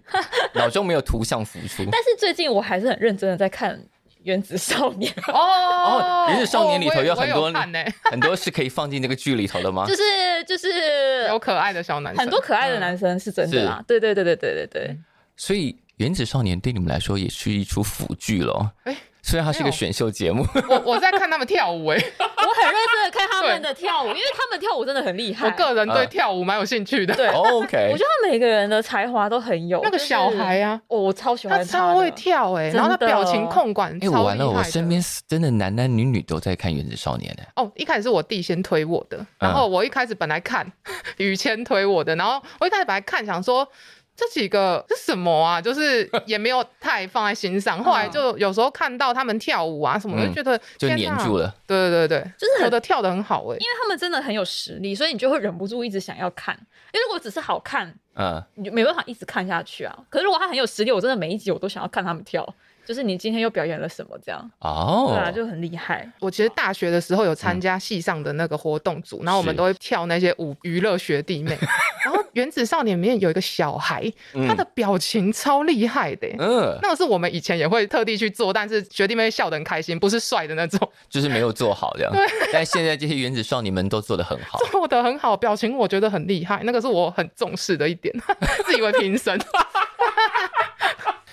脑中没有图像浮出。
但是最近我还是很认真的在看《原子少年》，
哦
哦原子少年里头
我也
有很多
我也看呢，
很多是可以放进这个剧里头的吗？
就是就是
有可爱的小男生，嗯
很多可爱的男生是真的啦，对对对对对对对，
所以《原子少年》对你们来说也是一出腐剧咯。
哎
虽然它是
没
个
有
选秀节目，
嗯。我我在看他们跳舞
我
哎，
很认真的看他们的跳舞，因为他们跳舞真的很厉害。
我个人对
嗯
跳舞蛮有兴趣的。
对
OK，
我觉得他每个人的才华都很有。
那个
就是
小孩啊，
哦，我超喜欢
他超
的
会跳哎、
真的
然后他表情控管
哎、
超厉害
我
的。
完了，我身边是真的男男女女都在看《原子少年》哎的。
哦，一开始是我弟先推我
嗯
的，然后我一开始本来看 雨谦推我的，然后我一开始本来看想说。这几个是什么啊？就是也没有太放在心
嗯
上，后来就有时候看到他们跳舞啊什么，
嗯
就觉得
就黏住
了。
了，
对对对对，
就是很
有的跳的很好哎、
因为他们真的很有实力，所以你就会忍不住一直想要看。因为如果只是好看，
嗯，
你就没办法一直看下去啊。可是如果他很有实力，我真的每一集我都想要看他们跳。就是你今天又表演了什么这样，对
哦，
啊，就很厉害。
我其实大学的时候有参加系上的那个活动组，然后我
嗯
们
是
都会跳那些舞娱乐学 弟妹。然后《原子少年》里面有一个小孩，
嗯
他的表情超厉害的欸、
嗯，
那个是我们以前也会特地去做，但是学弟妹笑得很开心，不是帅的那种，
就是没有做好这样。
啊
但现在这些原子少年们都做得很好，
做得很好，表情我觉得很厉害，那个是我很重视的一点， 自以为 评审。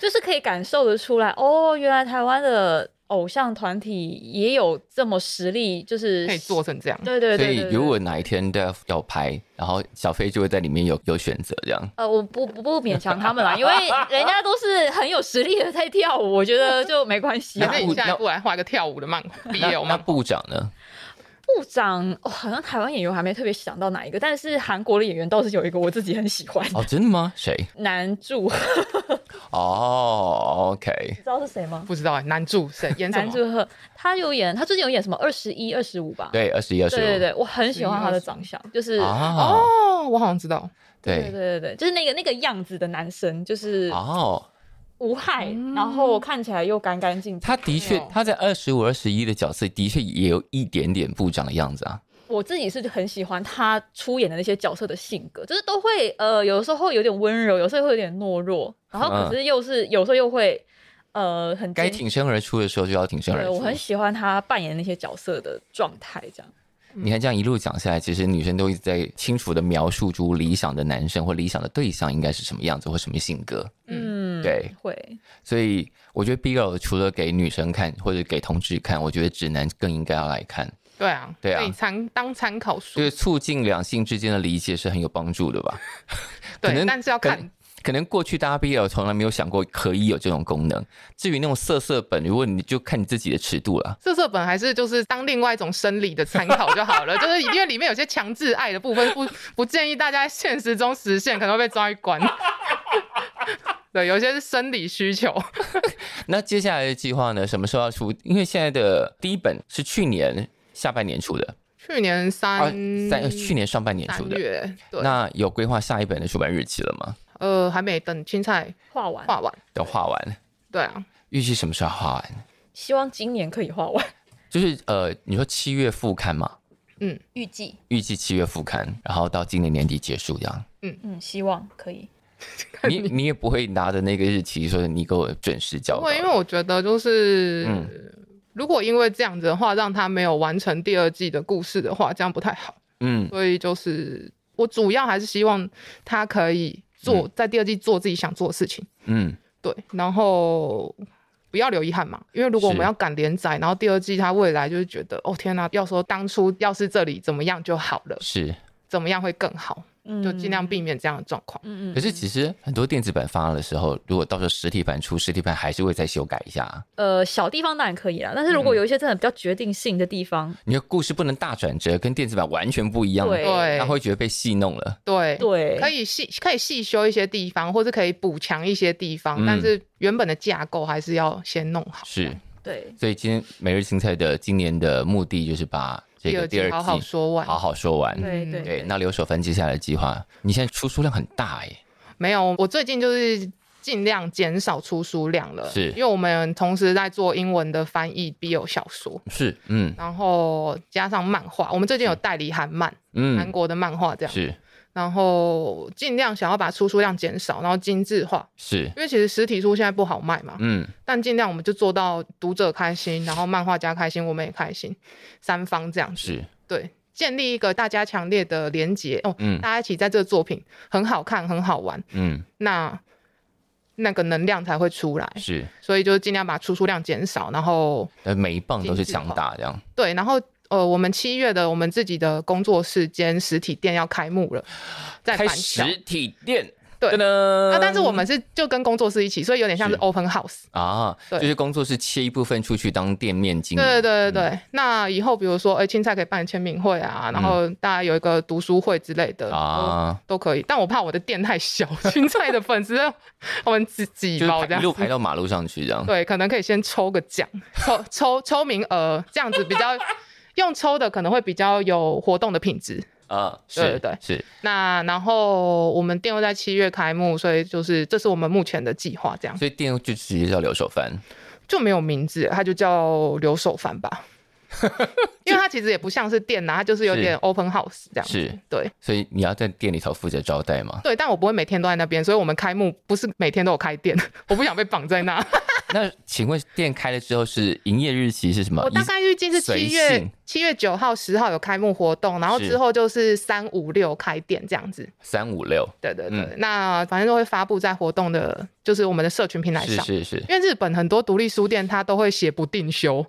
就是可以感受得出来，哦，原来台湾的偶像团体也有这么实力，就是
可以做。成这样，
对对
所
对对
以
对
如果哪一天的要拍，然后小飞就会在里面有有选择这样。
呃，我不不不勉强他们啦，因为人家都是很有实力的在跳舞，我觉得就没关系啊
那
还。是
我
你下
那
一步来画一个跳舞 的漫画
那
，BL
那
漫画。
部长呢？
部长、哦，好像台湾演员我还没特别想到哪一个，但是韩国的演员倒是有一个我自己很喜欢，
哦，真的吗？谁？
男助， 你
哦，OK，
知道是谁吗？
不知道哎、男主谁演什
男
么？
助赫，他有演，他最近有演什么二十一、二十五吧？
对，二十一、二十
对对
五。
对我很喜欢他的长相，就是、
啊，哎
哦，我好像知道。
对对
对，
对对，就是那个那个样子的男生，就是
哦，
无害，
嗯
然后看起来又干干净净。
他的确
哦，
他在二十五、二十一的角色的确也有一点点部长的样子啊。
我自己是很喜欢他出演的那些角色的性格，就是都会呃，有时候有点温柔，有时候会有点懦弱，然后
嗯
可是又是、有时候又会呃很
该
坚
挺身而出的时候就要挺身而
对，
出。
我很喜欢他扮演那些角色的状态，这样。
你看这样一路讲下来，其实女生都一直在清楚的描述出理想的男生或理想的对象应该是什么样子或什么性格。
嗯，
对，
会。
所以我觉得 BL 除了给女生看或者给同志看，我觉得直男更应该要来看，
对啊，
对啊
可以参当参考书
就，是促进两性之间的理解是很有帮助的吧。可
对
能，
但是要
可
看
可能过去大家 BL 从来没有想过可以有这种功能。至于那种色色本，如果你就看你自己的尺度了。
色色本还是就是当另外一种生理的参考 就好了，就是因为里面有些强制爱的部分不不建议大家现实中实现，可能会被抓去关。对，有一些是生理需求，
那接下来的计划呢？什么时候要出？因为现在的第一本是去年下半年出的，
去年三、
啊，在去年上半年出
三
的。
月，对，
那有规划下一本的出版日期了吗？
呃还没等青菜
画完，
画完，
等画完，
对啊，
预计什么时候画完？
希望今年可以画完。
就是呃，你说七月复刊嘛？
嗯
预计，
预计七月复刊，然后到今年年底结束这 样。
嗯，希望可以。
你你也不会拿着那个日期说你给我准时交
不
稿
过，因为我觉得就是。
嗯
如果因为这样子的话，让他没有完成第二季的故事的话，这样不太好。
嗯，
所以就是我主要还是希望他可以做、在第二季做自己想做的事情，
嗯，
对，然后不要留遗憾嘛，因为如果我们
是
要赶连载，然后第二季他未来就是觉得哦天呐，要说当初要是这里怎么样就好了，
是。
怎么样会更好，
嗯，
就尽量避免这样的状况。
嗯。嗯嗯。
可是其实很多电子版发了的时候，如果到时候实体版出，实体版还是会再修改一下啊。
呃，小地方当然可以啦，但是如果有一些真的比较决定性的地方，
你的故事不能大转折，跟电子版完全不一样，
对
对
他会觉得被戏弄了。
对。
对，
可以细可以细修一些地方，或是可以补强一些地方，
嗯
但是原本的架构还是要先弄好。
是，
对，
所以今天每日青菜的今年的目的就是把这个第
第
二
二
季
季好好说完
好好说完。
对
嗯
对。
嗯对，那留守番接下来的计划，你现在出书量很大哎、
没有，我最近就是尽量减少出书量了，
是
因为我们同时在做英文的翻译 BL 小说，
是，嗯
然后加上漫画，我们最近有代理韩漫，韩、
嗯，
国的漫画这样，
是
然后尽量想要把出书量减少，然后精致化，
是，
因为其实实体书现在不好卖嘛，
嗯
但尽量我们就做到读者开心，然后漫画家开心，我们也开心，三方这样子，
是，
对。建立一个大家强烈的连结哦，
嗯
大家一起在这个作品很好看，很好玩，
嗯
那那个能量才会出来。
是，
所以就尽量把出书量减少，然后
呃，每一棒都是
精致化
强大这样。
对，然后呃，我们七月的我们自己的工作室兼实体店要开幕了，在
开
板桥。
实体店，
对
噔噔
啊，但是我们是就跟工作室一起，所以有点像是
是
open house。
啊，就
对
是工作室切一部分出去当店面经营，
对对对对对，
嗯
那以后比如说，哎、青菜可以办签名会啊，
嗯
然后大家有一个读书会之类的
啊，
都可以。但我怕我的店太小， 青菜的粉丝我们几
就
几
是
包这
排一
样
路
子。
排到马路上去这样。
对，可能可以先抽个奖，抽 抽抽名额，这样子比较用抽的可能会比较有活动的品质。
啊，是
对对对
是
那然后我们店会在七月开幕，所以就是这是我们目前的计划，这样
所以店就直接叫留守番，
就没有名字，它就叫留守 番吧。因为它其实也不像是店啊呐、它就是有点
是
open house 这样子。
是
对
所以你要在店里头负责招待
。
嘛
对，但我不会每天都在那边，所以我们开幕不是每天都有开店， 我不想被绑在那。
那请问店开了之后是营业日期是什么？
我大概预计是
随
七月
性
七月九号、十号有开幕活动，然后
是
之后就是三五六开店这样子。
三五六，
对对对，
嗯
那反正都会发布在活动的，就是我们的社群平台
是
上。
是是，
因为日本很多独立书店，它都会写不定休。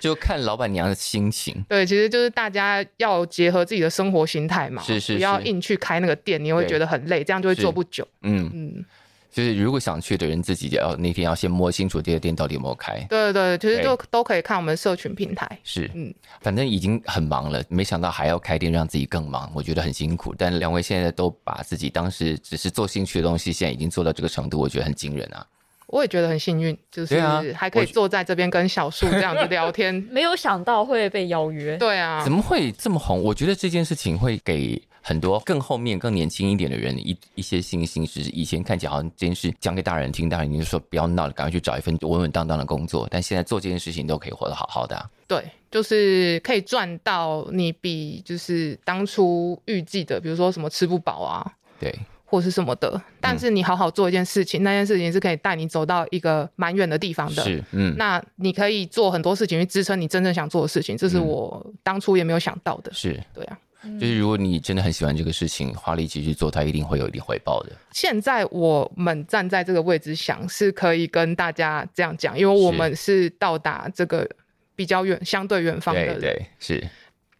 就看老板娘的心情。
对，其实就是大家要结合自己的生活形态嘛，
是是
不要
是
硬去开那个店，你会
对
觉得很累，这样就会
是
做不久。
嗯，
嗯，
就是如果想去的人，自己也要那天要先摸清楚这个店到底有没有开。
对对对，其实
对
就都可以看我们社群平台。
是，嗯
嗯，
反正已经很忙了，没想到还要开店，让自己更忙，我觉得很辛苦。但两位现在都把自己当时只是做兴趣的东西，现在已经做到这个程度，我觉得很惊人啊！
我也觉得很幸运，就是
对啊
还可
我
以坐在这边跟小树这样子聊 天
没有想到会被邀约。
对啊
怎，么会这么红？我觉得这件事情会给很多更后面、更年轻一点的人一一些信心，只是以前看起来好像这件事讲给大人听，大人就说不要闹了，赶快去找一份稳稳当当的工作。但现在做这件事情都可以活得好好的啊、
对，就是可以赚到你比就是当初预计的，比如说什么吃不饱啊，
对，
或是什么的。
嗯
但是你好好做一件事情，那件事情是可以带你走到一个蛮远的地方的。
是，嗯，
那你可以做很多事情去支撑你真正想做的事情，这是
嗯
我当初也没有想到的。
是，
对啊，
就是如果你真的很喜欢这个事情，花力气去做，它一定会有一定回报的。
现在我们站在这个位置想，是可以跟大家这样讲，因为我们是到达这个比较远、相对远方的
对
人，
对，是。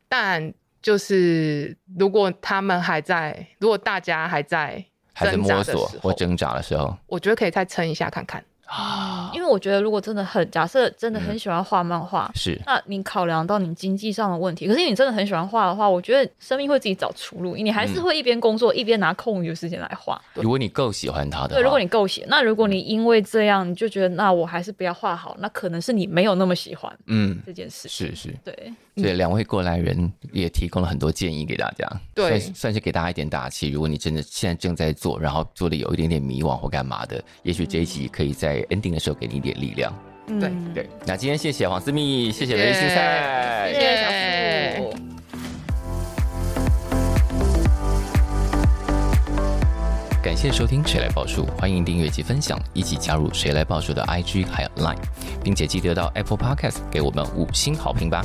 但就是如果他们还在，如果大家还在
还在
挣
摸
扎的
索
时
或
候，
挣扎的时候
我觉得可以再撑一下看看。
啊，
因为我觉得，如果真的很假设真的很喜欢画漫画，
是
那你考量到你经济上的问题，可是你真的很喜欢画的话，我觉得生命会自己找出路，你还
嗯
是会一边工作、一边拿空余的时间来画。
如果你够喜欢他的话，
对，如果你够写，那如果你因为这样你就觉得那我还是不要画好，那可能是你没有那么喜欢
嗯
这件事。
是是，
对，
所以两位过来人也提供了很多建议给大家，
对
算是算是给大家一点打气。如果你真的现在正在做，然后做的有一点点迷惘或干嘛的，也许这一集可以在 ending 的时候给你一点力量。
嗯
对
对，那今天谢谢黄思密，谢谢
谢
雷新赛，
谢谢小
耶
树。
感谢收听《谁来报数》，欢迎订阅及分享，一起加入《谁来报数》的 IG 还有 Line，并且记得到 Apple Podcast 给我们五星好评吧。